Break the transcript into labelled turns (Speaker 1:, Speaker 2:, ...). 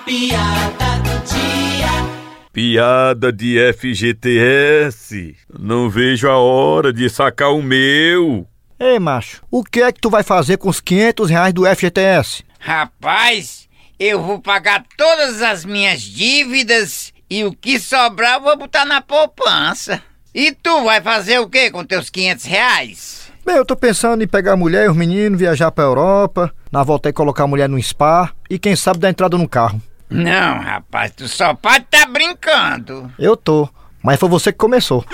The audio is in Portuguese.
Speaker 1: piada do dia.
Speaker 2: Piada de FGTS. Não vejo a hora de sacar o meu.
Speaker 3: Ei, macho, o que é que tu vai fazer com os 500 reais do FGTS?
Speaker 4: Rapaz, eu vou pagar todas as minhas dívidas e o que sobrar eu vou botar na poupança. E tu vai fazer o que com teus 500 reais?
Speaker 3: Bem, eu tô pensando em pegar a mulher e os meninos, viajar pra Europa, na volta aí colocar a mulher num spa e quem sabe dar entrada no carro.
Speaker 4: Não, rapaz, tu só pode tá brincando.
Speaker 3: Eu tô, mas foi você que começou.